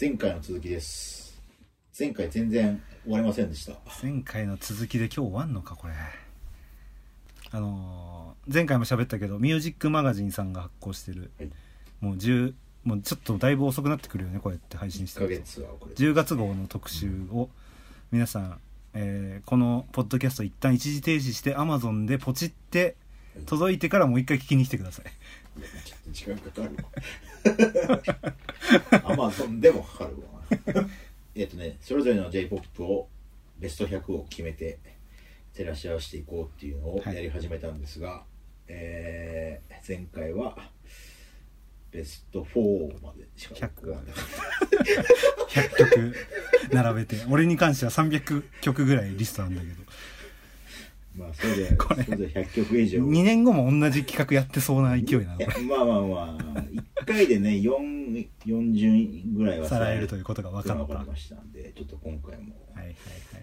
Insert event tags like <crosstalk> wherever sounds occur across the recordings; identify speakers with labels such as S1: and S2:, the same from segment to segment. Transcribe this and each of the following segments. S1: 前回の続きです前回全然終わりませんでした
S2: 前回の続きで今日終わんのかこれあのー前回も喋ったけどミュージックマガジンさんが発行してる、
S1: はい
S2: もう10もうちょっとだいぶ遅くなってくるよねこうやって配信し
S1: 1
S2: て
S1: ヶ
S2: ると
S1: 月は遅れて
S2: 10月号の特集を皆さん、えーこのポッドキャスト一旦一時停止して Amazon でポチって届いてからもう一回聞きに来てください
S1: いやちょっと時間かかるわ <laughs> アマゾンでもかかるわえっとねそれぞれの j p o p をベスト100を決めて照らし合わせていこうっていうのを
S2: はい
S1: やり始めたんですが、えー前回はベスト4までしか
S2: 100
S1: わかんなかっ
S2: 100曲並べて俺に関しては300曲ぐらいリストあるんだけど
S1: たまあそれで
S2: これ
S1: それで100曲以上
S2: 2年後も同じ企画やってそうな勢いなの
S1: いや
S2: こ
S1: まあまあまあ1回でね 4, 4順ぐらい
S2: れ
S1: は
S2: さらえると
S1: と
S2: い
S1: いう
S2: うことが分
S1: 分
S2: かった
S1: か
S2: は
S1: りましたんでちょっと今回も
S2: いはいはい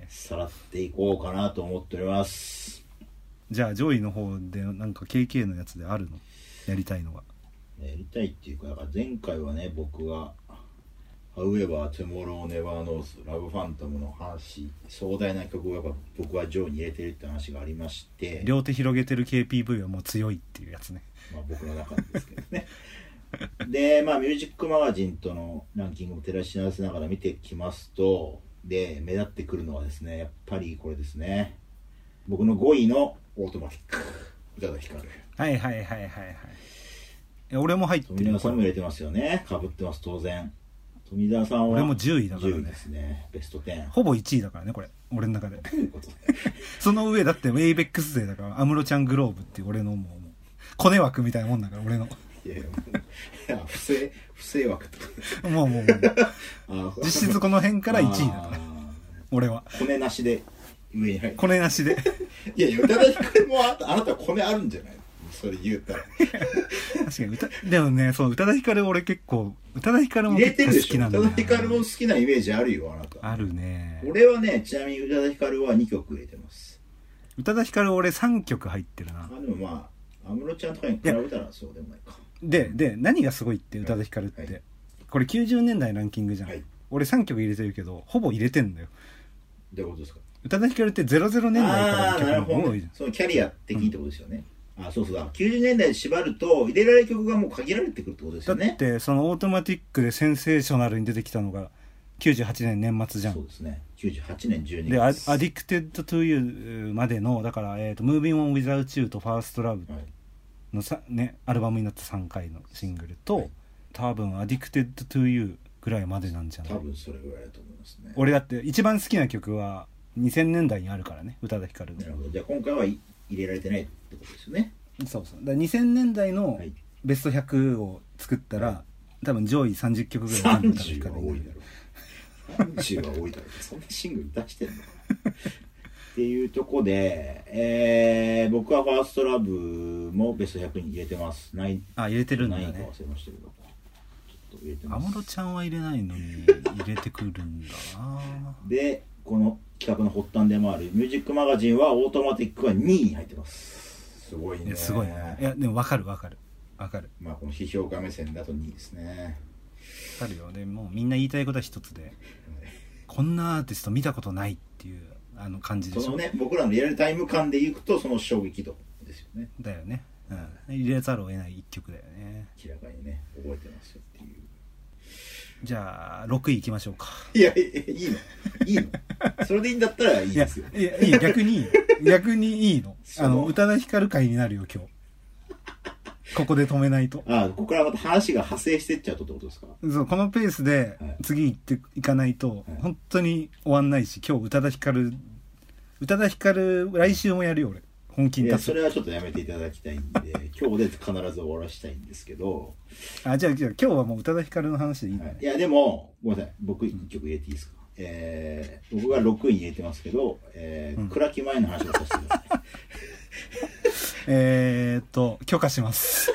S1: さらっていこうかなと思っております、
S2: じゃあ上位の方でなんか KK のやつであるのやりたいのが
S1: やりたいっていうかだから前回はね僕が「However Tomorrow Never Knows Love Phantom」の話壮大な曲をやっぱ僕は上に入れてるって話がありまして、
S2: 両手広げてる KPV はもう強いっていうやつね
S1: まあ、僕の中ですけどね <laughs> でまあミュージックマガジンとのランキングを照らし合わせながら見てきますとで目立ってくるのはですねやっぱりこれですね僕の5位のオートマティック宇多田ヒカル
S2: はいはいはいはいはいえ俺も入って
S1: 富
S2: る
S1: 澤
S2: よ
S1: さんも入れてますよねかぶってます当然富澤さんは
S2: 俺も10位だから
S1: 10位で
S2: ね
S1: すねベスト10
S2: ほぼ1位だからねこれ俺の中 <laughs> で
S1: ということで
S2: その上だってウェイベックス勢だから安室ちゃんグローブっていう俺のもうもうコネ枠みたいなもんだから俺のも
S1: いやいやもういや不正不正枠とか
S2: うもうもう
S1: あ
S2: 実質この辺から1位だから
S1: あ
S2: 俺は
S1: ー骨なしで上に入って
S2: コネなしで
S1: いやいや、宇多田ヒカルもあなた、あなたコネあるんじゃないそれ言うたら。
S2: 確かに歌でもねそう宇多田ヒカル俺結構宇多田ヒカルも
S1: 入れ
S2: 結
S1: て
S2: 構
S1: る
S2: 好
S1: でし
S2: き
S1: ょ
S2: な
S1: 宇
S2: んだ
S1: 多田
S2: よな
S1: ヒカルも好きなイメージあるよ、あなた。
S2: あるね
S1: 俺はね、ちなみに宇多田ヒカルは2曲入れてます。
S2: 宇多田ヒカル俺3曲入ってるな
S1: あでもまあ、安室ちゃんとかに比べたらそうでもないか。
S2: でで何がすごいって宇多田ヒカルって、
S1: はい
S2: これ90年代ランキングじゃん、
S1: はい
S2: 俺3曲入れてるけどほぼ入れてんだよ
S1: どういうことですか
S2: 宇多田ヒカルって00年代
S1: ああー、
S2: か
S1: な
S2: ら
S1: る
S2: の曲
S1: ほ
S2: も
S1: ど
S2: 多いじ
S1: ね
S2: ゃん。
S1: そのキャリア的にってことですよね。あそうそうだ。90年代で縛ると、入れられる曲がもう限られてくるってことですよ
S2: だっ
S1: ね。
S2: てそのオートマティックでセンセーショナルに出てきたのが98年年末じゃ
S1: そうんですね。98年12
S2: で「アデ
S1: 月。
S2: ィクテッド・トゥ・ユー」までのだから「えー、と Moving on Without You」と「ファーストラブ
S1: はい
S2: のさ、ね、アルバムになった3回のシングルと、
S1: はい
S2: 多分「アディクテッド・トゥ・ユー」ぐらいまでなんじゃない
S1: 多分それぐらいだと思いますね。
S2: 俺だって一番好きな曲は2000年代にあるからね宇多田ヒカルの
S1: なるほど。じゃあ今回はい入れられてないってことですよね。
S2: そうそうだから2000年代の
S1: はい
S2: ベスト100を作ったら、
S1: は
S2: 多分上位30曲ぐらいある宇多田ヒカ
S1: 30
S2: ル
S1: は
S2: に
S1: 多いだろ30は多いだろそんなシングル出してんのかなっていうとこで、えー僕はファーストラブもベスト100に入れてます何
S2: あ入れてるんだ
S1: 何位か
S2: ね
S1: 忘れましたけどちょっと入れて
S2: 安
S1: ます
S2: 室ちゃんは入れないのに入れてくる
S1: <laughs>
S2: んだな
S1: でこの企画の発端でもあるミュージックマガジンはオートマティックは2位に入ってますすごい
S2: い
S1: ね
S2: やすごいねいやでも分かる分かる分かる
S1: まあこの批評家目線だと2位ですね
S2: 分かるよねもうみんな言いたいことは一つでこんなアーティスト見たことないっていうあの感じでし
S1: そ
S2: ょ
S1: のね僕らのリアルタイム感でいくとその衝撃度ですよね
S2: だよね、うん、入れざるを得ない一曲だよね
S1: 明らかにね覚えてますよっていう
S2: じゃあ6位いきましょうか
S1: いや、いいいの。いいの。それでいいんだったらいい
S2: いや
S1: ですよ。
S2: いやいい
S1: <laughs>
S2: 逆にいい逆にいいの
S1: そう
S2: あの宇多田ヒカル会になるよ今日ここで止めないと
S1: ああ、ここからまた話が派生してっちゃうとってことですか
S2: そうこのペースで
S1: はい
S2: 次行っていかないと
S1: はい
S2: 本当に終わんないし今日宇多田ヒカル宇多田ヒカル来週もやるよ俺本気
S1: い
S2: に
S1: や、
S2: 立
S1: そ
S2: つ
S1: れはちょっとやめていただきたいんで、
S2: <laughs>
S1: 今日で必ず終わらしたいんですけど、
S2: あじゃあじゃあ今日はもう宇多田ヒカルの話でいいんだ
S1: はい
S2: ね、
S1: いや、でも、ごめんなさい。僕、一曲入れていいですか、えー、僕が6位に入れてますけど、えー、暗き前の話をさせてください。
S2: えー、っと許可します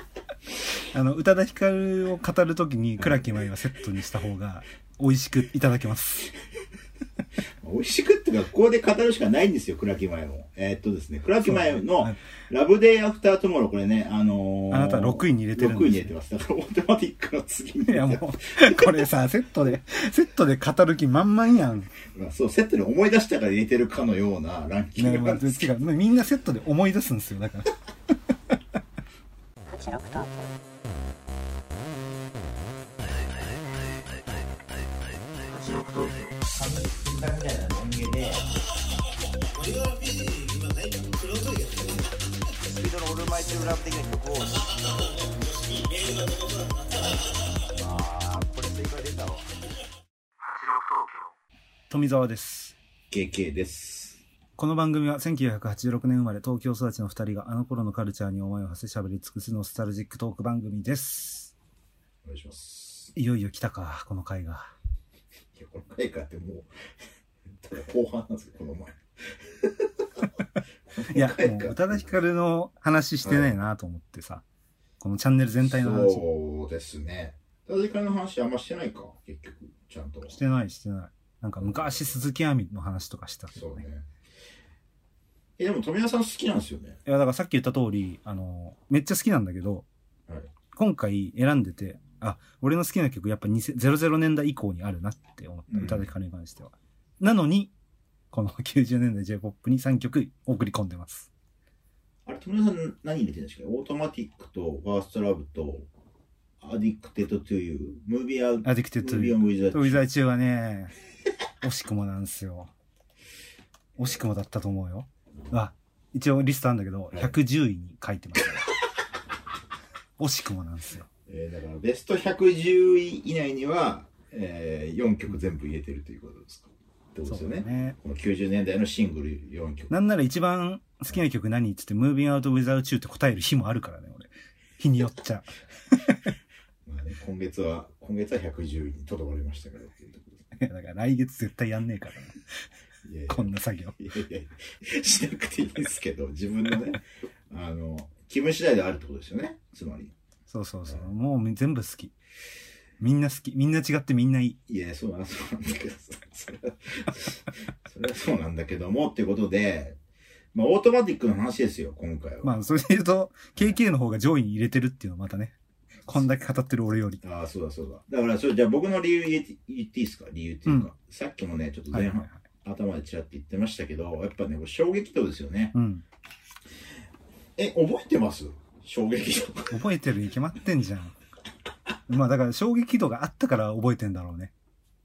S2: <laughs> あの宇多田ヒカルを語るときに倉木舞はセットにした方が美味しくいただけます
S1: 美味しくっていうか、ここで語るしかないんですよ、倉木前も。えーっとですね、倉木前
S2: そうだ
S1: の
S2: ね、
S1: ラブデイアフタートモロー、これね、あのー
S2: あなた6位に入れてるんです
S1: 6
S2: ね
S1: 位に入れてます。だから、オートマティックの次に。
S2: いやもう、 <laughs> これさ、セットで、セットで語る気満々やん。
S1: まあそう、セットに思い出したから入れてるかのようなランキン
S2: ね
S1: グ
S2: ま
S1: な
S2: あ、
S1: んですけ
S2: て
S1: ど。
S2: かみんなセットで思い出すんですよだから富澤です。
S1: KK です。
S2: この番組は1986年生まれ東京育ちの2人があの頃のカルチャーに思いを馳せしゃべり尽くすノスタルジックトーク番組です。
S1: お願いします。
S2: いよいよ来たか、この回が。
S1: いや、この回かってもう、 <laughs> ただ後半なんですよ、この前。
S2: いや、
S1: この回
S2: も
S1: か
S2: う宇多田ヒカルの話してないなと思ってさ、このチャンネル全体の話
S1: そうですね。ただ時間の話あんましてないか、結局、ちゃんと。
S2: <laughs> してないしてない。なんか昔鈴木亜美の話とかしたけ
S1: そ
S2: ど
S1: う
S2: ね。
S1: ね。え、でも富田さん好きなんですよね。
S2: いや、だからさっき言った通り、あの、めっちゃ好きなんだけど、
S1: はい。
S2: 今回選んでて、あ、俺の好きな曲やっぱ2000 00年代以降にあるなって思った、
S1: うん
S2: 宇多田ヒカルに関しては。なのに、この <laughs> 90年代 J-POP に3曲送り込んでます。
S1: あれ、富田さん何入れてるんですかオートマティックと、ファーストラブと、アディクテッドトゥユー、ムービーアウト、
S2: アディクテッ
S1: ム
S2: ド
S1: ービーオンウィザー
S2: とウィザー中はね、惜しくもなんですよ。惜しくもだったと思うよ。あ、一応リストあるんだけど、
S1: い
S2: 110位に書いてます、惜しくもなんですよ。
S1: えーだからベスト110位以内には、え4曲全部入れてるということですかってことですよね
S2: だね。
S1: この90年代のシングル4曲
S2: なんなら一番好きな曲何って言って、Moving Out Without You って答える日もあるからね、俺。日によっち <laughs> ゃ。
S1: まあね、今月は今月は110位にとどまりましたけどっていうところで
S2: いやだから来月絶対やんねえからな、
S1: すいやいや
S2: こんな作業。
S1: いやいやいやしなくていいんですけど自分のねあの気分次第であるってことですよねつまり
S2: そうそうそう。
S1: う
S2: もうみ全部好き。みんな好き。みんな違ってみんないい。
S1: いやそうなんそうなんだけどそれはそれはそうなんだけどもっていうことでまあオートマティックの話ですよ今回は、
S2: まあ、それで言うと、KK の方が上位に入れてるっていうのはまたね、こんだけ語ってる俺より。
S1: ああ、そうだそうだ。だから、それじゃあ僕の理由言って言っていいですか理由っていうか、さっきもね、ちょっと
S2: は
S1: 前
S2: いは
S1: 半、
S2: いはい。
S1: 頭でちらって言ってましたけど、やっぱね、これ衝撃度ですよね。
S2: うん。
S1: え、覚えてます衝撃度。
S2: 覚えてるに決まってんじゃん。まあ、だから衝撃度があったから覚えてんだろうね。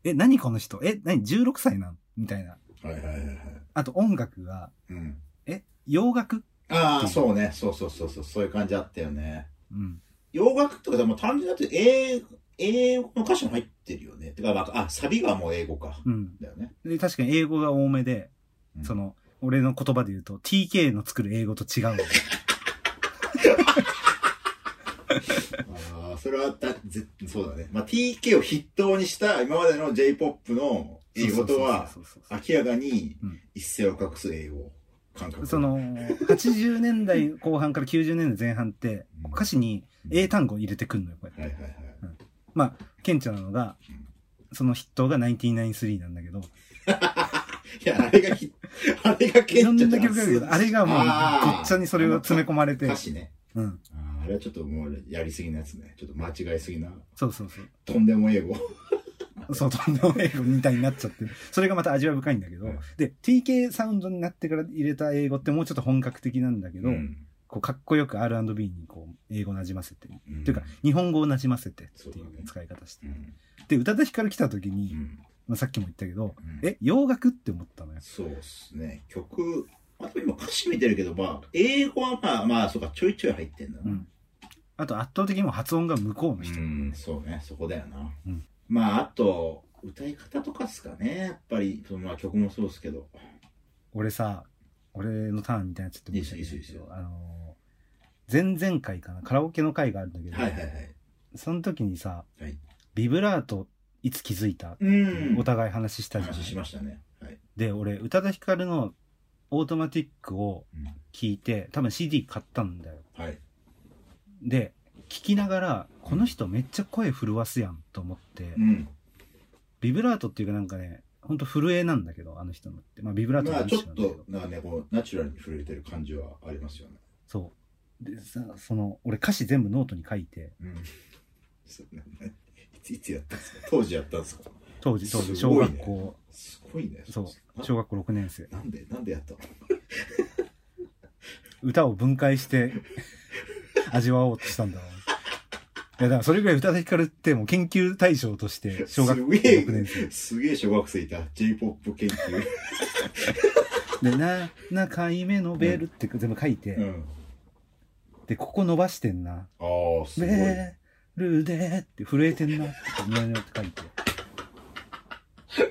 S2: え、何この人え、何 ?16 歳なんみたいな。
S1: はいはいはいはい。
S2: あと音楽が、
S1: うん。
S2: え、洋楽
S1: ああ、そうね。そうそうそうそう。そういう感じあったよね。
S2: うん。
S1: 洋楽とかでも単純だと英、英語の歌詞も入ってるよね。てか、まあ、あ、サビがもう英語か。
S2: うん。
S1: だよね。
S2: で、確かに英語が多めで、
S1: うん
S2: その、俺の言葉で言うと、TK の作る英語と違うんだよ。
S1: ああ、それはだぜ、そうだね。まあ、TK を筆頭にした今までの J-POP の英語とは、
S2: そうそうそうそう
S1: 明らかに
S2: うん
S1: 一世を隠す英語感覚
S2: その、80年代後半から90年代前半って、
S1: うん
S2: 歌詞に英単語入れてくんのよ、こう
S1: はい
S2: やっ
S1: はい
S2: て。
S1: はい
S2: まあ、顕著なのが、その筆頭が993なんだけど、
S1: いやあれが
S2: <laughs>
S1: ひあれが
S2: いろ
S1: 顕
S2: ん
S1: 著
S2: な曲があるけど、あれがもう、ごっちゃにそれを詰め込まれて
S1: 歌、詞ね
S2: うん。
S1: あーあれはちょっともうやりすぎなやつねちょっと間違いすぎな
S2: そうそうそう。
S1: とんでも英語
S2: そう、とんでも英語みたいになっちゃってる。それがまた味わい深いんだけど
S1: うん、
S2: で、TK サウンドになってから入れた英語ってもうちょっと本格的なんだけど、
S1: ん
S2: こうかっこよく R&B にこう英語なじませて、っ
S1: うん
S2: ていうか日本語をなじませてってい
S1: そうだね
S2: う使い方して、
S1: うん
S2: で宇多田ヒカル来た時に、
S1: うん
S2: まあ、さっきも言ったけど、
S1: うん
S2: え洋楽って思ったのよ
S1: そうっすね曲あと今歌詞見てるけどまあ英語はまあまあそうかちょいちょい入ってんだな、
S2: うんあと圧倒的にも発音が向こうの人、
S1: うん、そうね、そこだよな。
S2: うん
S1: まあ、あと、歌い方とかっすかね、やっぱり、そのまあ曲もそうですけど。
S2: 俺さ俺のターンみたいになっちゃって申し訳な
S1: い
S2: い
S1: いっ
S2: け
S1: す
S2: ど
S1: よいいっすよいいっすよ
S2: あのー前々回かなカラオケの回があるんだけど、
S1: はいはいはい。
S2: その時にさ、
S1: はい
S2: ビブラートいつ気づいたって
S1: うん。
S2: お互い話したじゃん、
S1: 話しましたね。はい。
S2: で俺宇多田ヒカルのオートマティックを
S1: うん
S2: 聞いて多分 CD 買ったんだよ
S1: はい。
S2: で聞きながらこの人めっちゃ声震わすやんと思って、
S1: うん。
S2: ビブラートっていうかなんかねほんと震えなんだけど、あの人のって。まあ、ビブラート
S1: まあ
S2: の
S1: ちょ
S2: 一
S1: っ
S2: 種なんだけ
S1: とな
S2: ど。
S1: んかねこうナチュラルに触れてる感じはありますよね。
S2: そう。でさ、その、俺歌詞全部ノートに書いて、
S1: うん。 <laughs> そうなんだいついつやったんですか当時やったんですか
S2: 当時、当時、
S1: す
S2: 小
S1: ごい
S2: 学
S1: ね
S2: 校、
S1: すごいね。
S2: そう
S1: な、
S2: 小学校6年生。
S1: なんでなんでやったの
S2: 歌を分解して
S1: <laughs>
S2: 味わおうとしたんだろう。いや、だからそれぐらい宇多田ヒカルってもう研究対象として小学校
S1: すげえ
S2: 6年生。
S1: すげえ小学生いた。J-POP 研究。
S2: で、な、 <laughs> な、回目のベールって全部書いて、
S1: うん。
S2: で、ここ伸ばしてんな。
S1: ああ、すごい。
S2: ベールでって震えてんなってニョニョって書いて。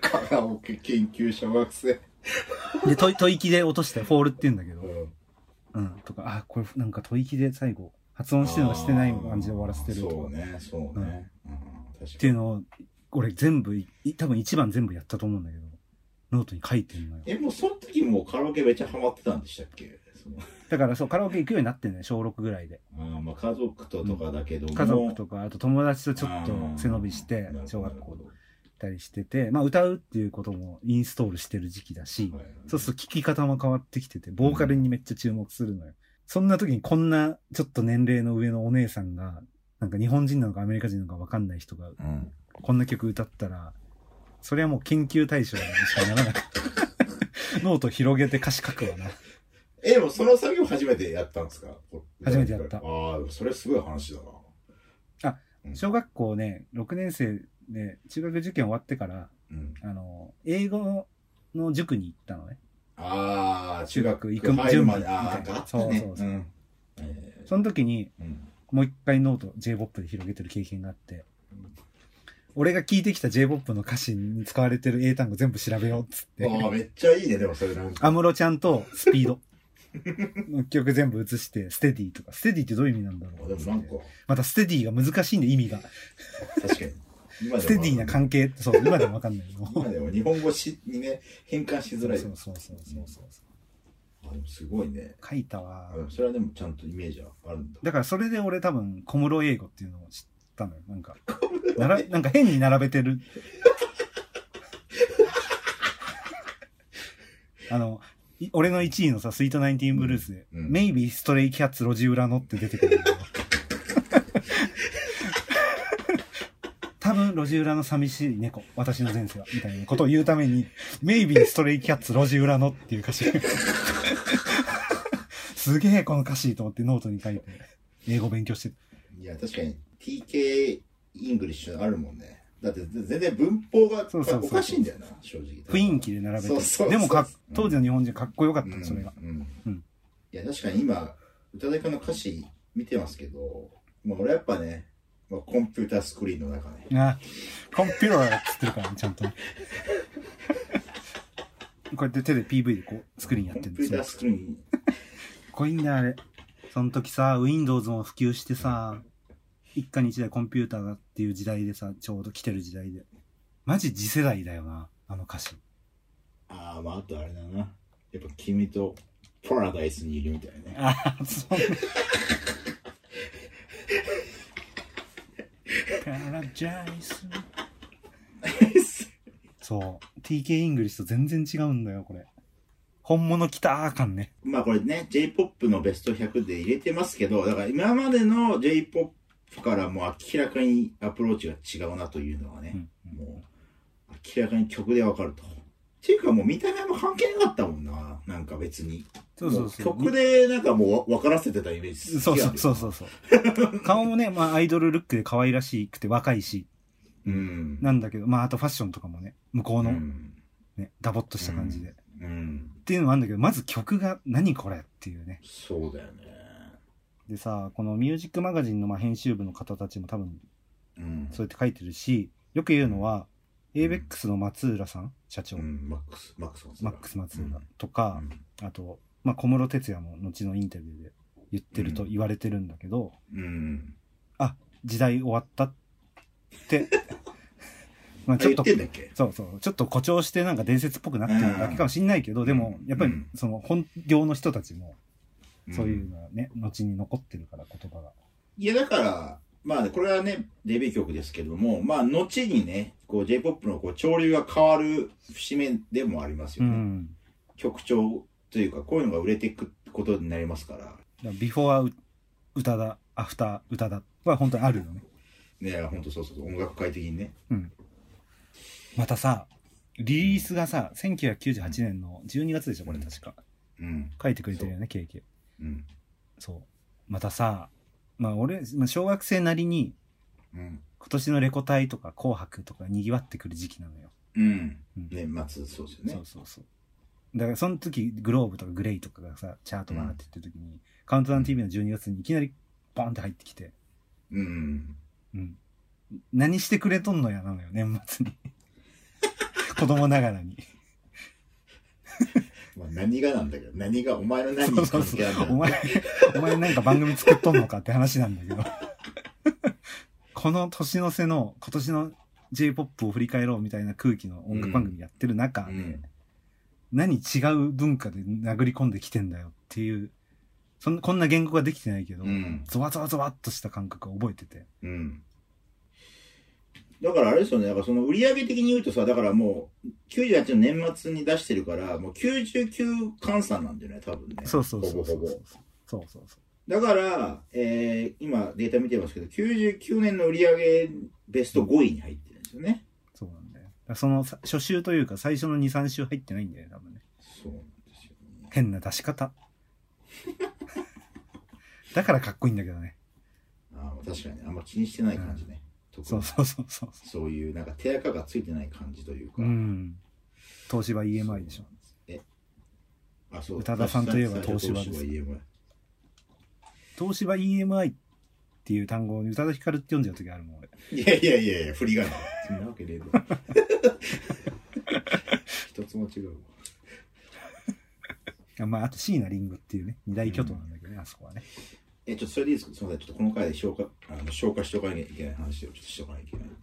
S1: カラオケ研究小学生。
S2: で、吐吐息で落としてフォールって言うんだけど、
S1: ん。
S2: うん、とか、あ、これなんか吐息で最後、発音してるのしてない感じで終わらせてると
S1: そ
S2: か
S1: う
S2: っ
S1: ね、そうね。うん、確かに。
S2: ていうのを、俺全部、い多分一番全部やったと思うんだけど、ノートに書いてんのよ。
S1: え、もうその時もうカラオケめっちゃハマってたんでしたっけその
S2: だからそう、カラオケ行くようになってんだよ、小6ぐらいで。
S1: あーまあ家族ととかだけども、
S2: 家族とか、あと友達とちょっと背伸びして
S1: なるほ、ど
S2: 小学校
S1: な
S2: 行
S1: る
S2: ったりしてて、まあ歌うっていうこともインストールしてる時期だし
S1: ほど、はい
S2: そうすると聞き方も変わってきてて、ボーカルにめっちゃ注目するのよ。そんな時にこんなちょっと年齢の上のお姉さんが、なんか日本人なのかアメリカ人なのかわかんない人が、
S1: うん。
S2: こんな曲歌ったら、それはもう研究対象にしかならなかった。ノート広げて歌詞書くわな。
S1: え、でもその作業初めてやったんですか
S2: 初めてやった
S1: ああ、でもそれすごい話だな。
S2: 小学校ね、6年生で中学受験終わってから、
S1: うん。
S2: あの、英語の塾に行ったのね。
S1: ああ、中学
S2: 中学行く
S1: 入るまで。
S2: 準備
S1: ああ、なんかあったね。。
S2: そうそうそうん
S1: え
S2: その時に、
S1: ーうん
S2: もう一回ノート J-POP で広げてる経験があって、俺が聞いてきた J-POP の歌詞に使われてる英単語全部調べようっつって、
S1: ああ、めっちゃいいね、でもそれなんか。
S2: アムロちゃんとスピードの曲全部映して、ステディとか、ステディってどういう意味なんだろ
S1: あ
S2: う
S1: で
S2: っ
S1: も
S2: つ
S1: なん
S2: っ
S1: か
S2: て、またステディが難しいんで意味が。
S1: 確かに。今
S2: ステディな関係って、そう、今でもわかんない
S1: <laughs>
S2: の。
S1: 今でも日本語しにね、変換しづらい。
S2: そうそうそうそうそう。
S1: あでもすごいね。
S2: 書いたわ
S1: あ。でもそれはでもちゃんとイメージはあるんだ。
S2: だからそれで俺多分小室英語っていうのを知ったのよ。なんか、ならなんか変に並べてる。あの、い俺の1位のさ、スイートナインティーンブルースで、
S1: うんうん
S2: メイビーストレイキャッツ路地裏のって出て
S1: <laughs>
S2: くるんだよ。多分路地裏の寂しい猫、私の前世は、みたいなことを言うために、メイビーストレイキャッツ路地裏のっていう歌詞。 <laughs> すげえこの歌詞と思ってノートに書いて、英語勉強して
S1: いや、確かに TK イングリッシュあるもんね。だって全然文法が
S2: そうそうそう
S1: おかしいんだよな、正直。
S2: 雰囲気で並べて
S1: そうそうそう
S2: でもかっ
S1: うん
S2: 当時の日本人かっこよかった、
S1: うん、
S2: それが
S1: うん。
S2: うん
S1: いや、確かに今、宇多田ヒカルの歌詞見てますけど、まあ俺やっぱね、まあ、コンピュータースクリーンの中ね。
S2: あコンピューラーっつってるからねちゃんとねこうやって手で PV でこうスクリーンやっ
S1: コン
S2: て
S1: ピ
S2: るんで
S1: ュータ
S2: すよ
S1: ースクリーン。
S2: かっこいいんだよあれその時さ Windows も普及してさ一家に一台コンピューターがっていう時代でさちょうど来てる時代でマジ次世代だよなあの歌詞
S1: ああ、まああとあれだな。やっぱ君とパラダイスにいるみたい
S2: <laughs>
S1: なね。
S2: あそうパラダイスそう TK イングリッシュと全然違うんだよこれ本物来たー感ね
S1: まあこれね、J-POP のベスト100で入れてますけど、だから今までの J-POP からもう明らかにアプローチが違うなというのはね、もう明らかに曲でわかると。っていうかもう見た目も関係なかったもんな、なんか別に。
S2: そうそうそう
S1: も曲でなんかもうわ分からせてたイメージ。
S2: そうそうそううそうそう顔もね、まあ、アイドルルックで可愛らしくて若いし
S1: うん。
S2: なんだけどまああとファッションとかもね向こう
S1: う
S2: の、ね
S1: ん。
S2: ダボっとした感じで、っ
S1: うん。
S2: ていうのもあるんだけどまず曲が何これっていうね
S1: そうだよね。
S2: でさこのミュージックマガジンのまあ編集部の方たちも多分
S1: うん。
S2: そうやって書いてるし、よく言うのは、ABEX の松浦さん、社長、
S1: うん、マックス、マックス
S2: マックス松
S1: うん
S2: 浦とか、あと、まあ、小室哲也も後のインタビューで言ってると
S1: うん
S2: 言われてるんだけど、
S1: うん。
S2: 時代終わった
S1: <laughs>
S2: って、まあ
S1: あ
S2: ちょっ
S1: 言
S2: と
S1: っ、てんだっけ
S2: そうそう、ちょっと誇張してなんか伝説っぽくなってるだけかもしんないけど、でも、やっぱり
S1: うん
S2: その本業の人たちも、そういうのはね、後に残ってるから言葉が。
S1: いや、だから、まあ、これはね、デビュー曲ですけども、まあ、後にね、こう、J-POP のこう潮流が変わる節目でもあります
S2: う
S1: よね。
S2: ん。
S1: 曲調というか、こういうのが売れていくことになりますから。
S2: ビフォーはう歌だ、アフター歌だは本当にあるよね。
S1: ね、本当そうそうそう、音楽界的にね。
S2: うん。またさ、リリースがさ、1998年の12月でしょ、これ確か。
S1: うん。
S2: 書いてくれてるよね、ケーキ。
S1: うん。
S2: そう。またさ、まあ俺、まあ、小学生なりに、
S1: うん。
S2: 今年のレコ大とか紅白とか賑わってくる時期なのよ。
S1: うん。
S2: うん
S1: 年末、そうですよ
S2: そ
S1: ね
S2: う。そうそう。だからその時、グローブとかグレイとかがさ、チャートがーって言ってる時に、カウントダウン TV の12月にいきなりポンって入ってきて、
S1: うん。
S2: うん。何してくれとんのやなのよ、年末に。 <laughs> 子供ながら
S1: <laughs>
S2: に。
S1: まあ、何がなんだけど、何が、お前の何
S2: そう
S1: が
S2: そう
S1: 関
S2: そ
S1: 係あるんだ
S2: う。お前、お前なんか番組作っとんのかって話なんだけど。 <laughs> この年の瀬の今年の J-POP を振り返ろうみたいな空気の音楽番組やってる中、
S1: うん。
S2: 何違う文化で殴り込んできてんだよっていう、そんな、こんな言語ができてないけど、
S1: うん。
S2: ゾワゾワゾワっとした感覚を覚えてて。
S1: うん。だからあれですよね、だからその売り上げ的に言うとさ、だからもう、98年の年末に出してるから、もう99換算なんだよね、多分ね。
S2: そうそうそうそ
S1: ほぼ
S2: う
S1: ほ
S2: そ
S1: ぼ
S2: う。。そうそうそう。
S1: だから、えー、今データ見てますけど、99年の売り上げベスト5位に入ってるんですよね。
S2: そうなんだよ。だからそのさ初週というか最初の2、3週入ってないんだよね、多分ね。
S1: そうなんですよね。
S2: 変な出し <laughs> 方。だからかっこいいんだけどね。
S1: あー確かにね、あんま気にしてない感じね。特
S2: そ
S1: に
S2: うそうそうそう。
S1: そういう、なんか手垢がついてない感じというか。
S2: うん。東芝 EMI でしょ。
S1: えあ、そう
S2: 宇多田さんといえば東芝です
S1: 宇多田さんといえば
S2: 東芝 EMI っていう単語に宇多田ヒカルって読んじゃう時あるもん、俺。
S1: いやいやいやいや、振り仮名。そんなわけねえぞ。
S2: <laughs>
S1: 一つも違うわ。
S2: あまあ、あと椎名林檎っていうね、二大巨頭なんだけどね、あそこはね。
S1: え、ちょっとそれでいいですかすみません。ちょっとこの回で消化、あの消化しておかなきゃいけない話をちょっとしておかなきゃいけないんで。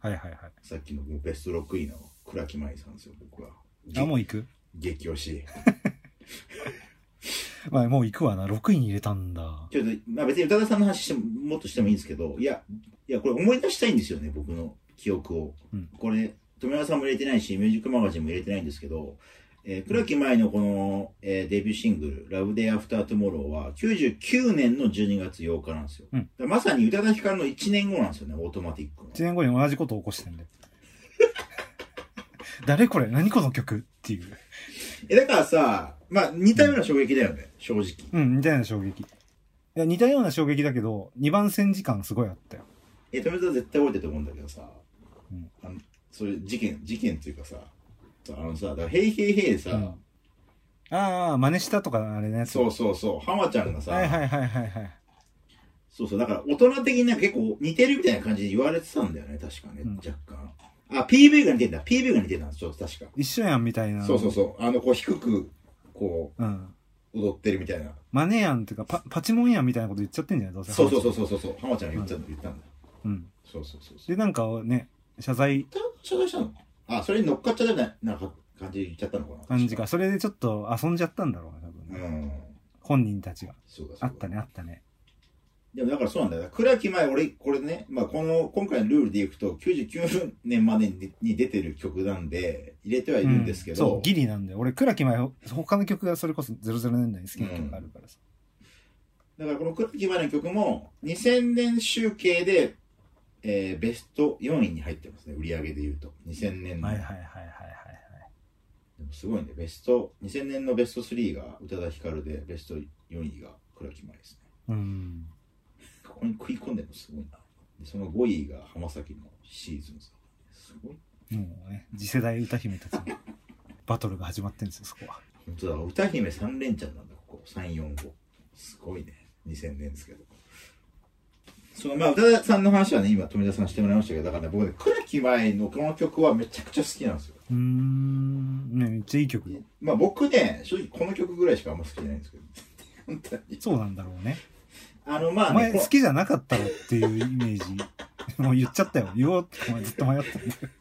S2: はいはいはい。
S1: さっきのもうベスト6位の倉木麻衣さんですよ、僕は。げ
S2: あ、もう行く
S1: 激推し。
S2: まあ、もう行くわな。6位に入れたんだ。
S1: ちょっと、まあ別に宇多田さんの話しても、もっとしてもいいんですけど、いや、いや、これ思い出したいんですよね、僕の記憶を。
S2: うん
S1: これ、富山さんも入れてないし、ミュージックマガジンも入れてないんですけど、えー、倉木舞のこの、えーデビューシングル、Love Day After Tomorrow は、99年の12月8日なんですよ。
S2: うん
S1: だからまさに宇多田ヒカルの1年後なんですよね、オートマティックの。
S2: 1年後に同じことを起こしてんだよ。 <laughs> 誰これ何この曲っていう。
S1: え、だからさ、まあ似たような衝撃だよね、正直。
S2: うん、似たような衝撃。いや、似たような衝撃だけど、2番線時間すごいあったよ。
S1: え、富澤絶対覚えてると思うんだけどさ、
S2: うん
S1: あの、そういう事件、事件っていうかさ、あのさ、だから、ヘイヘイヘイでさ、
S2: うんああ、真似したとかあれね。
S1: そうそうそう、浜ちゃんがさ、
S2: はいはいはいはいはい。
S1: そうそう、だから大人的になんか結構似てるみたいな感じで言われてたんだよね、確かね、
S2: うん
S1: 若干。あ、PV が似てんだ、PV が似てたんですよ、確か。
S2: 一緒やんみたいな。
S1: そうそうそう、あの、こう低く、こ
S2: う。うん。
S1: う、踊ってるみたいな。
S2: マネやんっていうか、パパチモンやんみたいなこと言っちゃってんじゃないどうせ。
S1: そうそうそうそうそうそう、浜ちゃんが言ったんだ、言ったんだ。
S2: う。うん。
S1: そうそうそうそう。
S2: で、なんかね、謝罪
S1: 歌謝罪したのあ、それに乗っかっちゃダメな、なんか感じで言っちゃったのかな。
S2: 感じか。。それでちょっと遊んじゃったんだろう
S1: う
S2: ね、多分ね。
S1: ん。
S2: 本人たちが。
S1: そうだそうだ。
S2: あったね、あったね。
S1: でもだからそうなんだよ。だから倉木前、俺、これね、まあこの、今回のルールでいくと、99年までにに出てる曲なんで、入れてはいるんですけ
S2: うんそ
S1: ど、
S2: う、ギリなんだよ。俺、倉木前、他の曲がそれこそ00年代に好きな曲があるからさ。
S1: だからこの倉木前の曲も、2000年集計で、えー、ベスト4位に入ってますね、売り上げで言うと。2000年の。
S2: はいはいはいはいはい
S1: でもすごいね、ベスト、2000年のベスト3が宇多田ヒカルで、ベスト4位が倉木前ですね。
S2: はい。うん。
S1: ここに食い込んでるのすごいな。でその5位が浜崎のシーズンズ。すごい
S2: もうね、次世代歌姫たちのバトルが始まってるんですよ、そこは。
S1: 本当だ、歌姫三連チャンなんだ、ここ。三四五。すごいね。2000年ですけど。その、まあ、歌田さんの話はね、今、富田さんしてもらいましたけど、だからね、僕ね、倉木前のこの曲はめちゃくちゃ好きなんですよ。
S2: うーん。ね、めっちゃいい曲。
S1: まあ、僕ね、正直この曲ぐらいしかあんま好きじゃないんですけど。本当に。
S2: そうなんだろうね。
S1: あの、ま
S2: お
S1: あ、
S2: 前
S1: ね、
S2: 好きじゃなかったろっていうイメージ。もう言っちゃったよ。言おうって、お前ずっと迷ったんだけど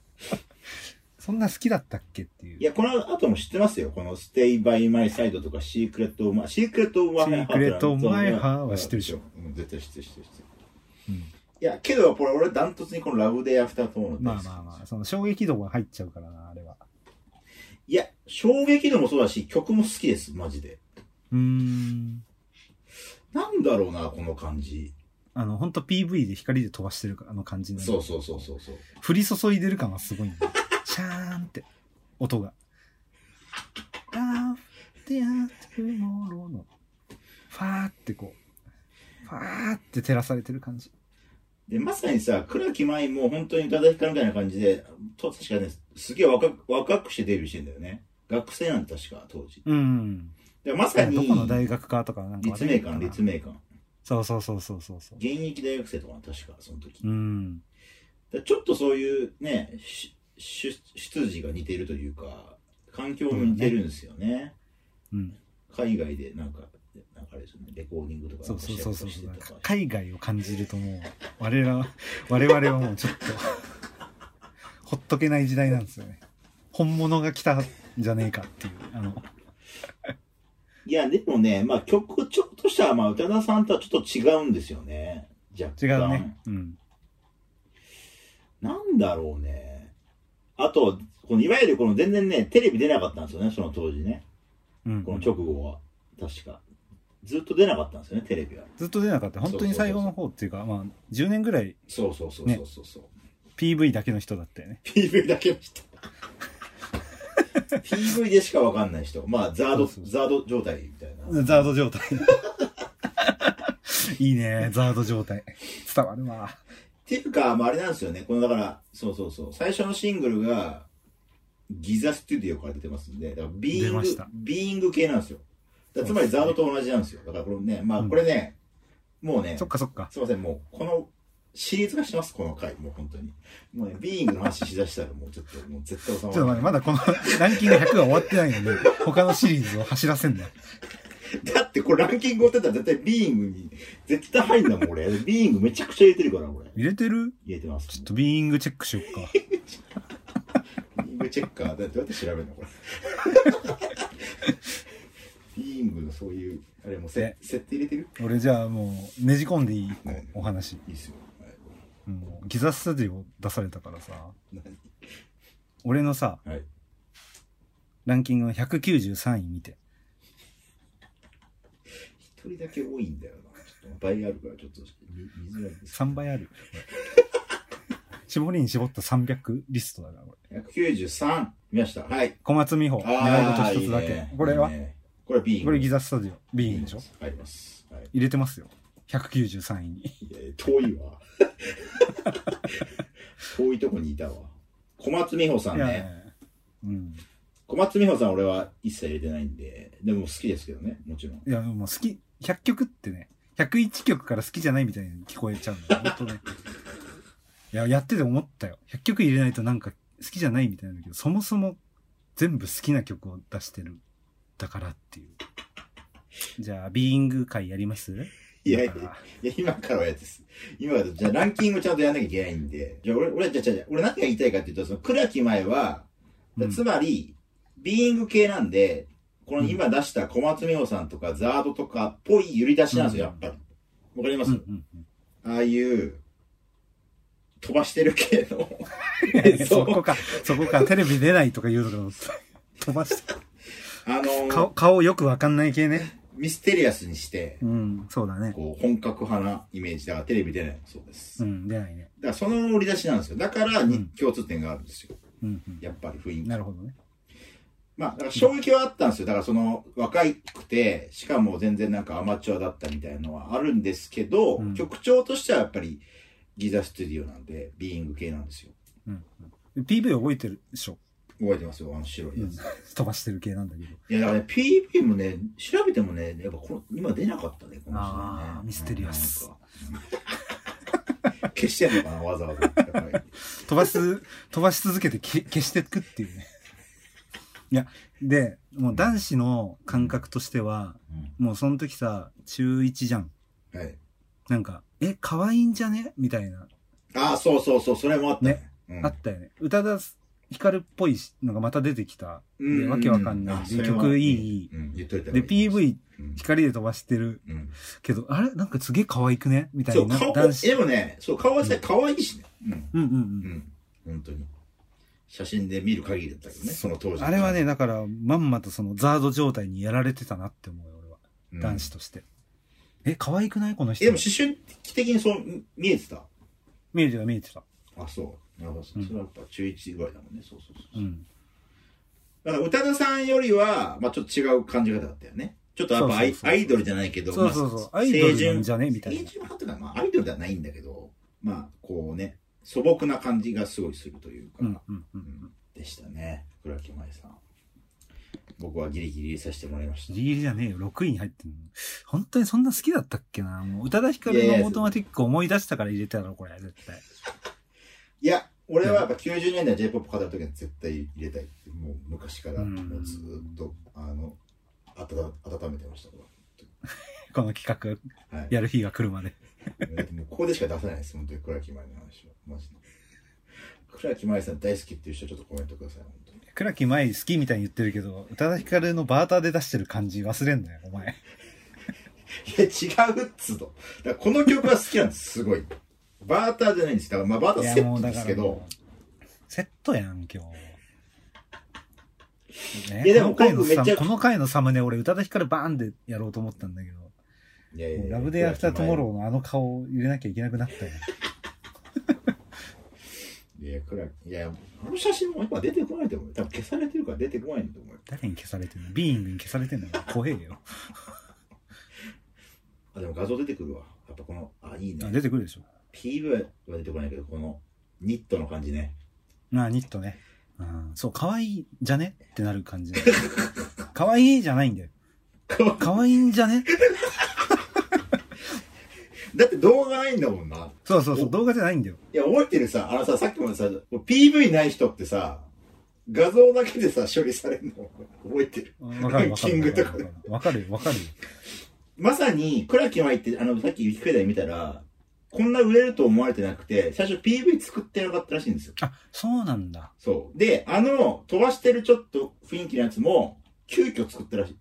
S2: <laughs> そんな好きだったっけっていう。
S1: いや、この後も知ってますよ。この Stay by my side とか Secret of my, Secret of my heart なんて
S2: Secret of my heart は知ってるでしょ
S1: うん。絶対知ってる、知ってる、知ってる。
S2: うん
S1: いや、けど、これ俺ダントツにこのラブデイアフタートーンの
S2: まあまあまあ、その衝撃度が入っちゃうからな、あれは。
S1: いや、衝撃度もそうだし、曲も好きです、マジで。
S2: うーん。
S1: なんだろうな、この感じ。
S2: あの、ほんと PV で光で飛ばしてるあの感じの。
S1: そうそうそうそうそう。
S2: 降り注いでる感がすごい
S1: <laughs>
S2: んだよ。シャーンって、音が。ラーディアトゥモローの、ファーってこう、ファーって照らされてる感じ。
S1: で、まさにさ、倉木舞も本当に宇多田ヒカルみたいな感じで、と確かね、すげえ若く若くしてデビューしてんだよね。学生なんて確か、当時。
S2: うん。
S1: でまさに、
S2: どこの大学かとかなんか
S1: 立命館、立
S2: 命。
S1: 命館。
S2: そうそうそうそうそうそう。
S1: 現役大学生とかな確か、その時。
S2: うん。
S1: だちょっとそういうね、しし出自が似てるというか、環境も似てるんですよね。
S2: うん、
S1: 海外でなんか、なんかあれですよね、レコーディングとか
S2: そうそうそうそう
S1: して
S2: そ
S1: た
S2: う
S1: りとか
S2: 海外を感じるともう我々は <laughs> 我々はもうちょっとほっとけない時代なんですよね本物が来たんじゃねえかっていうあの
S1: いや、でもね、まあ曲調としては、まあ宇多田さんとはちょっと違うんですよね。若干。
S2: 違うね。うん
S1: なんだろうね。あと、このいわゆるこの全然ね、テレビ出なかったんですよね、その当時ね。
S2: うん
S1: この直後は。確か。ずっと出なかったんですよね、テレビは。
S2: ずっと出なかった本当に最後の方っていうかまあ10年ぐらい
S1: そうそうそうそうそうそう。
S2: PV だけの人だったよね
S1: PV だけの人 <laughs> PV でしかわかんない人まあザード
S2: そうそう
S1: ザード状態みたいな
S2: ザード状態 <laughs> いいねザード状態伝わるわ
S1: っていうか、まあ、あれなんですよねこのだからそうそうそう最初のシングルがギザストゥディオから出てますんでだからビーイン
S2: 出ま
S1: グ
S2: した
S1: ビーイング系なんですよだからつまり
S2: そう
S1: ザ
S2: で
S1: ー
S2: す
S1: ドと
S2: ね
S1: 同じなんですよだからこれねまあ
S2: うん
S1: これね、もうね
S2: そっかそっか
S1: すいませんもうこのシリーズ化しますこの回もう本当にもうねビーイングの話しだしたらもうちょっともう絶対収ま
S2: ちょっ
S1: らな
S2: と待って、
S1: い
S2: まだこのランキング100が終わってないのに、他のシリーズを走らせんだよ。
S1: だってこれランキング追ってたら絶対ビーイングに、絶対入んだもん俺。ビーイングめちゃくちゃ入れてるから俺。
S2: 入れてる
S1: 入れてます。
S2: ちょっとビーイングチェックしよっ
S1: <laughs>
S2: か。
S1: ビーイングチェッカー、だってどうやって調べる
S2: <laughs>
S1: のこれ。ビーイングのそういう、あれもせ
S2: ね
S1: 設定入れてる
S2: 俺じゃあもう、ねじ込んでいい一個
S1: はい
S2: お話。
S1: いいっすよ。はい
S2: もうギザスタジオ出されたからさ、
S1: 何
S2: 俺のさ、
S1: はい。
S2: ランキングの193位見て。
S1: 一人だけ多いんだよな。ちょっと倍あるからちょっと見見づらいです。
S2: 3倍ある。
S1: <laughs>
S2: 絞りに絞った300リストだから、これ。
S1: 193見ました。はい。
S2: 小松美穂、
S1: あ
S2: 願い
S1: ー
S2: 事一つだ
S1: い
S2: け。
S1: いね
S2: これはい
S1: いねこれビーイング。
S2: これギザスタジオ、ビーイングでしょ
S1: あります。はい。
S2: 入れてますよ。193位に。
S1: いや遠いわ <laughs> 遠いとこにいたわ小松美穂さん
S2: いやいや
S1: ね
S2: いやうん。
S1: 小松美穂さん俺は一切入れてないんででも好きですけどねもちろん
S2: いや、もう好き、100曲ってね、101曲から好きじゃないみたいに聞こえちゃうんだよ、ほんとね。いや、やってて思ったよ。100曲入れないとなんか好きじゃないみたいなんだけど、そもそも全部好きな曲を出してる。だからっていう。じゃあ、ビーイング会やります
S1: いやいや
S2: だから
S1: いや今からはやつです今からじゃあランキングちゃんとやんなきゃいけないんでじゃあ俺俺じゃあじゃあじゃあ俺何が言いたいかっていうとその倉木前は、
S2: うん
S1: つまりビーイング系なんでこの今出した小松美穂さんとかザードとかっぽい揺り出しなんですよ、
S2: うん
S1: やっぱりわかりま
S2: う
S1: す、
S2: んうんうん
S1: ああいう飛ばしてる系の <laughs>
S2: いやいや
S1: そう
S2: そこか、そこか、テレビ出ないとか言うのかと思った飛ばして。
S1: あのー
S2: 顔、顔よくわかんない系ね。
S1: ミステリアスにして、
S2: うん、そうだね。
S1: こう、本格派なイメージ。だからテレビ出ないそうです。
S2: う
S1: だ
S2: ん、出ないね。
S1: からその売り出しなんですよ。だからに、
S2: うん
S1: 共通点があるんですよ。
S2: うん、う
S1: やっぱり雰囲
S2: ん。
S1: 気。
S2: なるほどね。
S1: まあ、だから衝撃はあったんですよ。だからその、若いくて、しかも全然なんかアマチュアだったみたいなのはあるんですけど、
S2: うん
S1: 曲調としてはやっぱり、ギザストゥディオなんで、ビーイング系なんですよ。
S2: うん、うん。PV 覚えてるでしょ
S1: 覚えてますよ、あの白いやつ。
S2: 飛ばしてる系なんだけど。
S1: いや、だからね、PV もね、調べてもね、やっぱこの今出なかったね、この人ね。
S2: あーミステリア
S1: な
S2: ス
S1: んか。うん消してんのかな、わざわざ。やっぱり
S2: 飛ばす、
S1: <laughs>
S2: 飛ばし続けてけ消していくっていうね。いや、で、もう男子の感覚としては、もうその時さ、中1じゃん。
S1: うんはい。
S2: なんか、え、可愛いんじゃねみたいな、
S1: ああ、そうそうそう、それもあったね。うん
S2: あったよね。宇多田光っぽいのがまた出てきた。
S1: うん
S2: でわけわかんない。で曲いい。
S1: うん、言っといた方が
S2: で、
S1: いい
S2: PV
S1: うん
S2: 光で飛ばしてる
S1: うん
S2: けど、あれなんかすげえ可愛くねみたい
S1: そう、
S2: な。
S1: 顔、
S2: 男
S1: え
S2: 子。
S1: でもね、そう、顔はさ、可愛いしね。うん。
S2: うんうん
S1: う
S2: うん。
S1: ん。本当に。写真で見る限りだったけどね、その当時。
S2: あれはね、、だから、まんまとそのザード状態にやられてたなって思うよ、俺は。男子
S1: と。
S2: として。え、可愛くないこの人
S1: え、で。も思春期的にそう見えてた。
S2: 見えてた見えてた。
S1: あ、そう。なるほど。そ
S2: うん
S1: れはやっぱ中1ぐらいだもんね。そうそうそうう。
S2: ん。
S1: だから、宇多田さんよりは、まあちょっと違う感じ方だったよね。ちょっとやっぱアイ
S2: そうそうそう
S1: アイドルじゃないけど、
S2: そうそうそう
S1: まあ
S2: アイドルな
S1: 清
S2: ん
S1: 純
S2: じゃねみたいな
S1: 清純派というか、まあアイドルではないんだけど、まあこうね、素朴な感じがすごいするというか。
S2: うんうんう。
S1: うんんでしたね倉木麻衣さん僕はギリギリさせてもらいまし
S2: ギ
S1: た
S2: リギリじゃねえよ。6位に入ってんの。本当にそんな好きだったっけなもう、宇多田ヒカル
S1: いやい
S2: の
S1: や
S2: オートマティックを思い出したから入れたろ、これ、絶対。
S1: いや俺はやっぱ90年代 j p o p 語る時は絶対入れたいってもう昔から
S2: うん
S1: もうずーっとあの温温めてましたこ
S2: この企
S1: れは
S2: 画、やる日が来るまで。
S1: い、だってもうここでしか出せないです本当に倉木麻衣の話はマジで倉木麻衣さん大好きっていう人ちょっとコメントください本当に
S2: 倉木舞好きみたいに言ってるけど、宇多田ヒカルのバーターで出してる感じ忘れんなよ、お前。
S1: いや違うっつうのだからこの曲は好きなんですすごいバーターじゃないんですだからまあバーターはセットですけど
S2: もうセットやん、今日。ね
S1: いやでも
S2: この回の
S1: 僕めっちゃ
S2: サムこの回のサムネ、俺、宇多田ヒカルバーンでやろうと思ったんだけど、
S1: いやいやいや
S2: ラブデイアフタートゥモ
S1: ー
S2: ローのあの顔を入れなきゃいけなくなったよ。
S1: いや、クラいや、あの写真も今出てこないと思うよ。多分消されてるから出てこないんだと思うよ。
S2: 誰に消されてんのビーイングに消されてんの怖えよ。
S1: あ、でも画像出てくるわ。やっぱこの、あ、いい
S2: あ
S1: ね。
S2: 出てくるでしょ。
S1: PV は出てこないけど、このニットの感じね。
S2: まあ、ニットね。うん、そう、可愛いじゃねってなる感じ。 <laughs> 可愛いじゃないん
S1: <laughs>
S2: だよ。可愛いんじゃね
S1: だって動画ないんだもんな。
S2: そうそうそう、
S1: お
S2: 動画じゃないんだよ。
S1: いや、覚えてるさ、あのさ、さっきもさ、PV ない人ってさ、画像だけでさ、処理されるの <laughs> 覚えてる。
S2: わかるわか
S1: キン
S2: る
S1: グ
S2: わ
S1: と
S2: か
S1: か
S2: る。わかるよ、わかるよ。
S1: まさに、クラキマイって、あの、さっきウィキペダ見たら、こんな売れると思われてなくて、最初 PV 作ってなかったらしいんですよ。
S2: あ、そうなんだ。
S1: そう。で、あの、飛ばしてるちょっと雰囲気のやつも、急遽作ったらしい、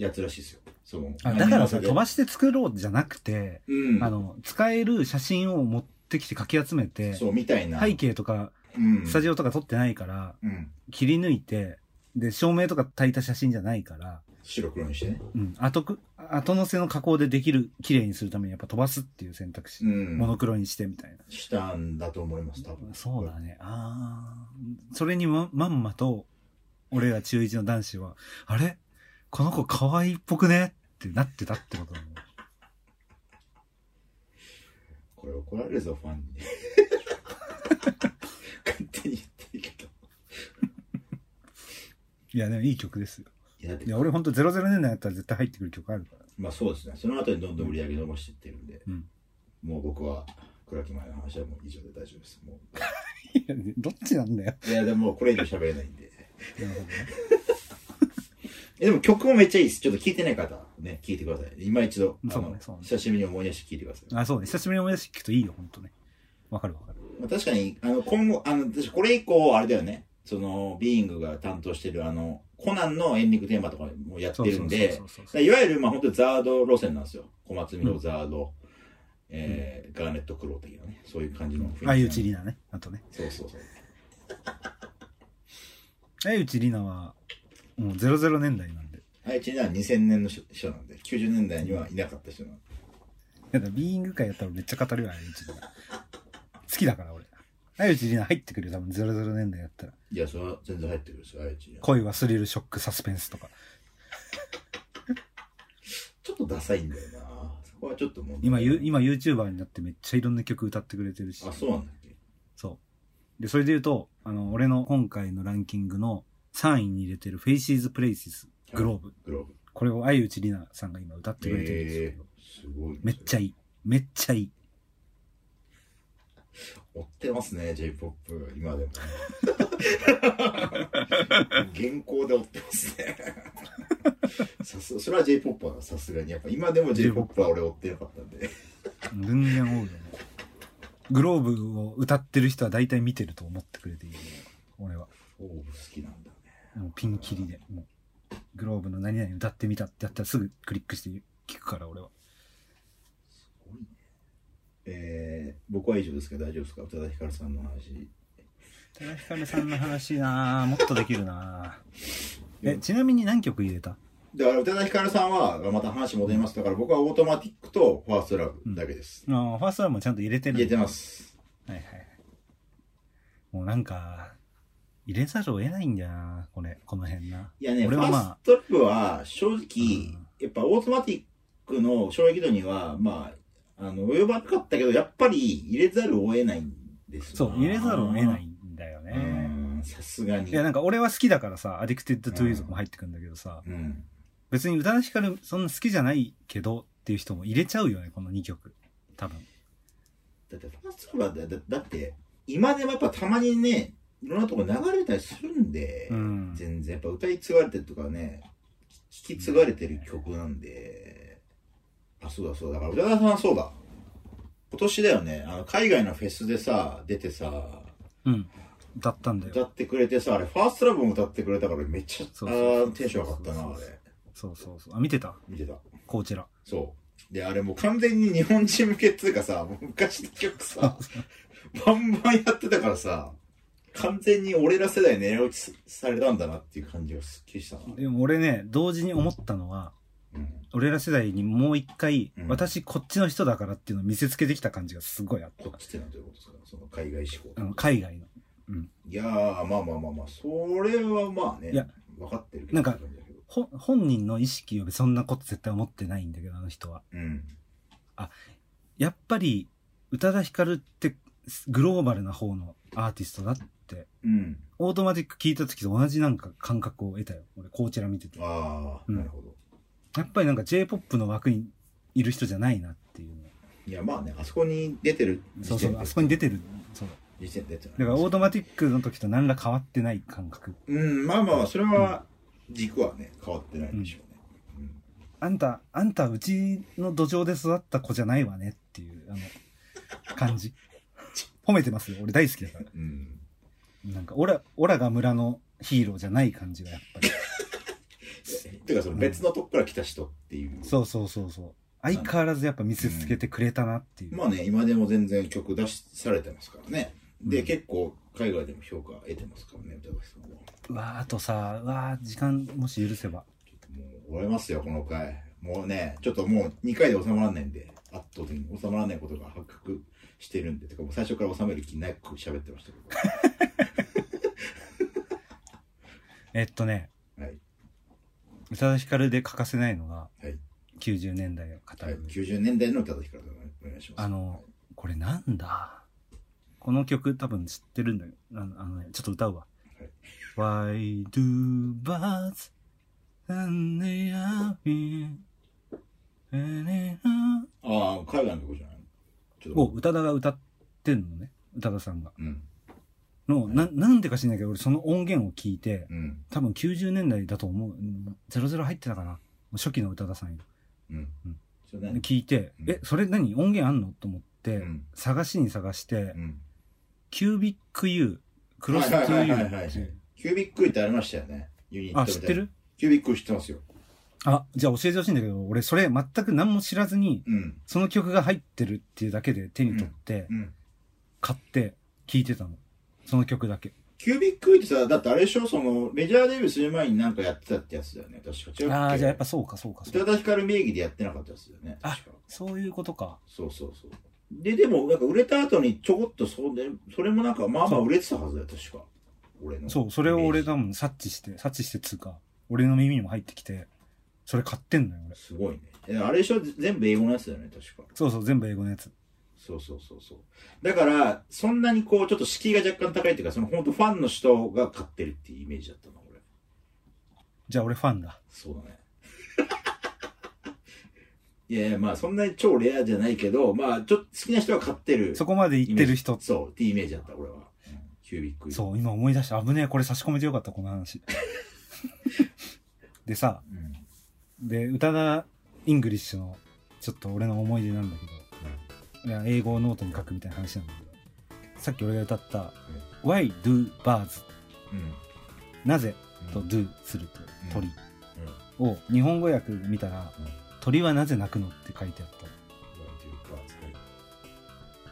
S1: やつらしいですよ。その、
S2: あ
S1: ア
S2: だからさ、
S1: ニメの中で
S2: 飛ばして作ろうじゃなくて、
S1: うん。
S2: あの、使える写真を持ってきてかき集めて、
S1: そう、みたいな。
S2: 背景とか、
S1: うん。
S2: スタジオとか撮ってないから、
S1: うん。
S2: 切り抜いて、で、照明とか焚いた写真じゃないから、
S1: 白黒にしてね。
S2: うん、後く、後乗せの加工でできる、綺麗にするためにやっぱ飛ばすっていう選択肢、
S1: うん。
S2: モノクロにしてみたいな。
S1: したんだと思います、多分。
S2: そうだね。ああ。それにままんまと、俺ら中1の男子は、あれこの子可愛いっぽくねってなってたってことだもん。
S1: これ怒られるぞ、
S2: <laughs>
S1: ファンに。勝手に言ってるけど。
S2: いや、でもいい曲ですよ。
S1: いや、だって
S2: いや、俺ほんと00年代だったら絶対入ってくる曲あるから。
S1: まあそうですね。その後にどんどん売り上げ伸ばしていってるんで、
S2: うん
S1: もう僕は、倉木前の話はもう以上で大丈夫です。も
S2: いや、どっちなんだよ。
S1: う。いや、でももうこれ以上喋れないんで。
S2: なるほどね
S1: えでも曲もめっちゃいいです。ちょっと聞いてない方、ね、聞いてください。今一度、
S2: そうね
S1: あの
S2: そうね
S1: 久しぶりに思い出して聞いてください。
S2: あ、そうね。久しぶりに思い出して聞くといいよ、ほんとね。わかるわかる。
S1: まあ、確かに、あの、今後、あの、私これ以降、あれだよね。その、ビーイングが担当してる、あの、コナンのエンディングテーマとかもやって
S2: そう
S1: る
S2: そ
S1: ん
S2: う
S1: で、
S2: そうそう
S1: だからいわゆる、まあ、本当にザード路線なんですよ。小松美のザード、えーガーネット・クロー的なね、そういう感じの雰囲気。
S2: あゆちりなね。あとね。
S1: そうそうそう。
S2: あゆちりなは、もう00年代なんで。
S1: あゆちりなは2000年の人なんで、90年代にはいなかった人なんで。
S2: やだ、ビーイング会やったらめっちゃ語るよ、あゆちりな。好きだから、俺。あゆちりな入ってくるよ、多分00年代やったら。
S1: いや、それは全然入ってくるんですよ、あゆちりな。
S2: 恋はスリル、ショック、サスペンスとか。
S1: ちょっとダサいんだよな。そこはちょっともう。
S2: 今、ゆ今 YouTuber になってめっちゃいろんな曲歌ってくれてるし。
S1: あ、そうなんだっけ
S2: そう。で、それで言うと、あの、俺の今回のランキングの3位に入れてる Faces Places グローブ。
S1: グローブ。
S2: これを相内里奈さんが今歌ってくれてるんですけど、
S1: えーすごいね。
S2: めっちゃいい。めっちゃいい。
S1: 追ってますね、J-POP、今
S2: <laughs>
S1: でも。現行で追ってますね。 <laughs> さすそれは J-POP はさすがに。やっぱ今でも J-POP は俺追ってなかったんで。
S2: 全然多いよね。グローブを歌ってる人は大体見てると思ってくれていいよ俺は。
S1: ブ好きなんだね。
S2: もうピンキリで、もうグローブの何々歌ってみたってやったらすぐクリックして聞くから、俺は。
S1: すごいね。えー、僕は以上ですけど大丈夫ですか宇多田ヒカルさんの話。
S2: 宇多田ヒカルさんの話なぁもっとできるなぁえ、ちなみに何曲入れた
S1: だから宇多田ヒカルさんは、また話戻ります。だから僕はオートマティックとファーストラブだけです。
S2: あーファーストはもうちゃんと入れてる
S1: 入れてます。
S2: はいはいはい。もうなんか、入れざるを得ないんだよな、これ、この辺な。
S1: いやね、
S2: 俺は
S1: フ
S2: ま
S1: ァー
S2: あ
S1: ストラブは正直、
S2: うん
S1: やっぱオートマティックの衝撃度には、まあ、あの、及ばなかったけど、やっぱり入れざるを得ないんです。
S2: そう、入れざるを得ないいんだよ
S1: う
S2: ね。
S1: ん、さすがに。
S2: いや、なんか俺は好きだからさ、アディクテッドトゥーズも入ってくんだけどさ、
S1: うん。
S2: 別に宇多田ヒカルそんな好きじゃないけどっていう人も入れちゃうよね、この2曲。多分。
S1: だってファーストラブはだだだって今でもやっぱたまにねいろんなとこ流れたりするんで、
S2: うん
S1: 全然やっぱ歌い継がれてるとかね聞き継がれてる曲なんで、あそうだそうだだから宇多田さんそうだ今年だよねあの海外のフェスでさ出てさ
S2: うん。歌ったんだ
S1: 歌
S2: よ。
S1: ってくれてさあれファーストラブも歌ってくれたからめっちゃ
S2: そう
S1: あ
S2: そうそう
S1: ーテンション上がったなあれ
S2: そうそうそう。あ、見てた
S1: 見てた
S2: こち
S1: <laughs>
S2: ら。
S1: そうであれもう完全に日本人向けっていうかさもう昔の曲さ
S2: <laughs>
S1: バンバンやってたからさ、完全に俺ら世代狙い落ちされたんだなっていう感じがすっきりしたな。
S2: でも俺ね、同時に思ったのは、
S1: うん。
S2: 俺ら世代にもう一回、
S1: うん
S2: 私こっちの人だからっていうのを見せつけてきた感じがすごいあった
S1: こ。っちってなんていうことですかその海外志向
S2: あ。の海外の。
S1: いやー、まあまあまあまあ、それはまあね、
S2: いや
S1: 分かってるけど。
S2: なんか
S1: って感じだけど
S2: ほ本人の意識よりそんなこと絶対思ってないんだけど、あの人は。
S1: うん。
S2: やっぱり、宇多田ヒカルってグローバルな方のアーティストだって、
S1: うん。
S2: オートマティック聞いた時と同じなんか感覚を得たよ。俺、こちら見てて。や
S1: ああ、
S2: うん
S1: なるほど。
S2: っぱりなんか J-POP の枠にいる人じゃないなっていうね。
S1: いや、まあね、あそこに出てる
S2: そうそう、あそこに出てる。そう。
S1: 時点でってのは
S2: だからオートマティックの時と何ら変わってない感覚。
S1: うん、まあまあまあ、それは軸はね、変わってないでしょうね。うん
S2: あんた、あんた、うちの土壌で育った子じゃないわねっていう、あの、感じ。褒めてますよ。俺大好きだから。
S1: うん。
S2: なんか、オラ、オラが村のヒーローじゃない感じがやっぱり。
S1: てか、その別のとこから来た人っていう。
S2: そうそうそうそう。相変わらずやっぱ見せつけてくれたなっていう。
S1: まあね、今でも全然曲出しされてますからね。で、
S2: うん
S1: 結構海外でも評価得てますからね、歌垣さんは。
S2: うわあとさ、うわあ時間もし許せば。
S1: もう終わりますよ、この回。もうね、ちょっともう2回で収まらないんで、圧倒的に収まらないことが発覚してるんで、てかもう最初から収める気なく喋ってました <laughs> け
S2: えっとね、
S1: ど。はい。
S2: 宇多田ヒカルで欠かせないのが、
S1: はい。
S2: 90年代を語
S1: はい、
S2: る。
S1: 90年代の歌垣からお願いします。
S2: あの、これなんだこの曲多分知ってるんだよ。あの、あのね、ちょっと歌うわ。Why do birds and they are here? And they are-
S1: ああ、海外の曲じゃないちょっと
S2: を宇多田が歌ってんのね。宇多田さんが。
S1: うん。
S2: の、な、なんでか知んないけど、俺その音源を聞いて、
S1: うん。
S2: 多分90年代だと思う。うん00入ってたかな。もう初期の宇多田さんよ。
S1: うん。
S2: うん
S1: それ何
S2: 聞いて、
S1: うん
S2: え、それ何音源あんのと思っ
S1: う
S2: て、
S1: ん。
S2: 探しに探して
S1: う、ん。
S2: キュービック U、クロス 2U
S1: はいはいはいはいはい
S2: っていう
S1: キュービックイってありましたよね。ユニットみ
S2: あ、
S1: たいな
S2: 知ってる
S1: キュービックイ知ってますよ。
S2: あ、じゃあ教えてほしいんだけど、俺それ全く何も知らずに、
S1: うん。
S2: その曲が入ってるっていうだけで手に取って
S1: う、ん。
S2: 買って、聴いてたの。その曲だけ。
S1: キュービックイってさ、だってあれでしょ、その、メジャーデビューする前になんかやってたってやつだよね、確か。違うっけ
S2: ああ、じゃあやっぱ、そうか、そうか、
S1: 宇
S2: そう
S1: 多
S2: か。
S1: 田ヒカル名義でやってなかったやつだよね、
S2: あ
S1: 確か。
S2: そういうことか。
S1: そうそうそう。で、でも、なんか売れた後にちょこっとそうで、それもなんか、まあまあ売れてたはずだよ、確か。俺の。
S2: そう、それを俺多分察知して、察知してつうか、俺の耳にも入ってきて、それ買ってんのよ、俺。
S1: すごいね。えあれでしょ、全部英語のやつだよね、確か。
S2: そうそう、全部英語のやつ。
S1: そうそうそうそう。だから、そんなにこう、ちょっと敷居が若干高いっていうか、その本当ファンの人が買ってるっていうイメージだったの、俺。
S2: じゃあ俺ファンだ。
S1: そうだ
S2: <laughs>
S1: ね。いやいや、まあそんなに超レアじゃないけど、まあちょっと好きな人は買ってる。
S2: そこまで言ってる人。
S1: そう、っていうイメージだった、俺は。うんキュービック。う。
S2: そう、今思い出した。危ねえ、これ差し込めてよかった、この
S1: <laughs>
S2: 話。でさ、
S1: うん。
S2: で、宇多田イングリッシュの、ちょっと俺の思い出なんだけど、いや英語をノートに書くみたいな話なんだけどさっき俺が歌った「Why do birds なぜと do すると鳥を日本語訳見たら
S1: うん
S2: 鳥はなぜ鳴くのって書いてあった。
S3: なんていうか、はい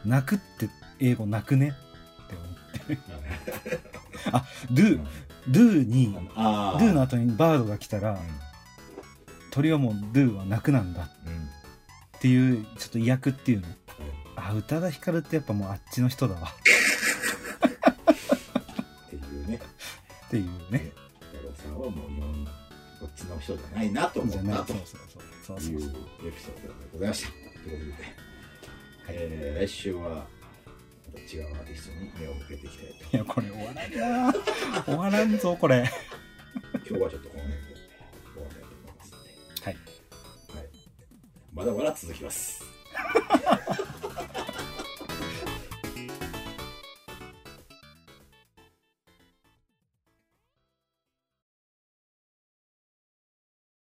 S2: 泣くって英語泣くねって思って。do、do に、
S1: ああ
S2: do の後にバードが来たら
S1: う、ん
S2: 鳥はもう do は泣くなんだ
S1: うん
S2: っていう、ちょっと威訳っていうの。
S3: はい
S2: あ、宇多田ヒカルってやっぱもうあっちの人だわ
S1: っていうね
S2: っていうね。
S1: 矢田さんはもう日本のこっちの人じゃないなと思
S2: じ
S1: っ
S2: ゃない
S1: た。とい
S2: そうそうそう。そうそううそう。
S1: エピソードでございましたということで、えー来週はまた違うアーティストに目を向けていきたいと
S2: いや、これ終わらんな。終わらんぞ、これ。
S1: 今日はちょっとこの辺で終わりたいと思いますので、
S2: はい。
S1: はい、まだまだ続きます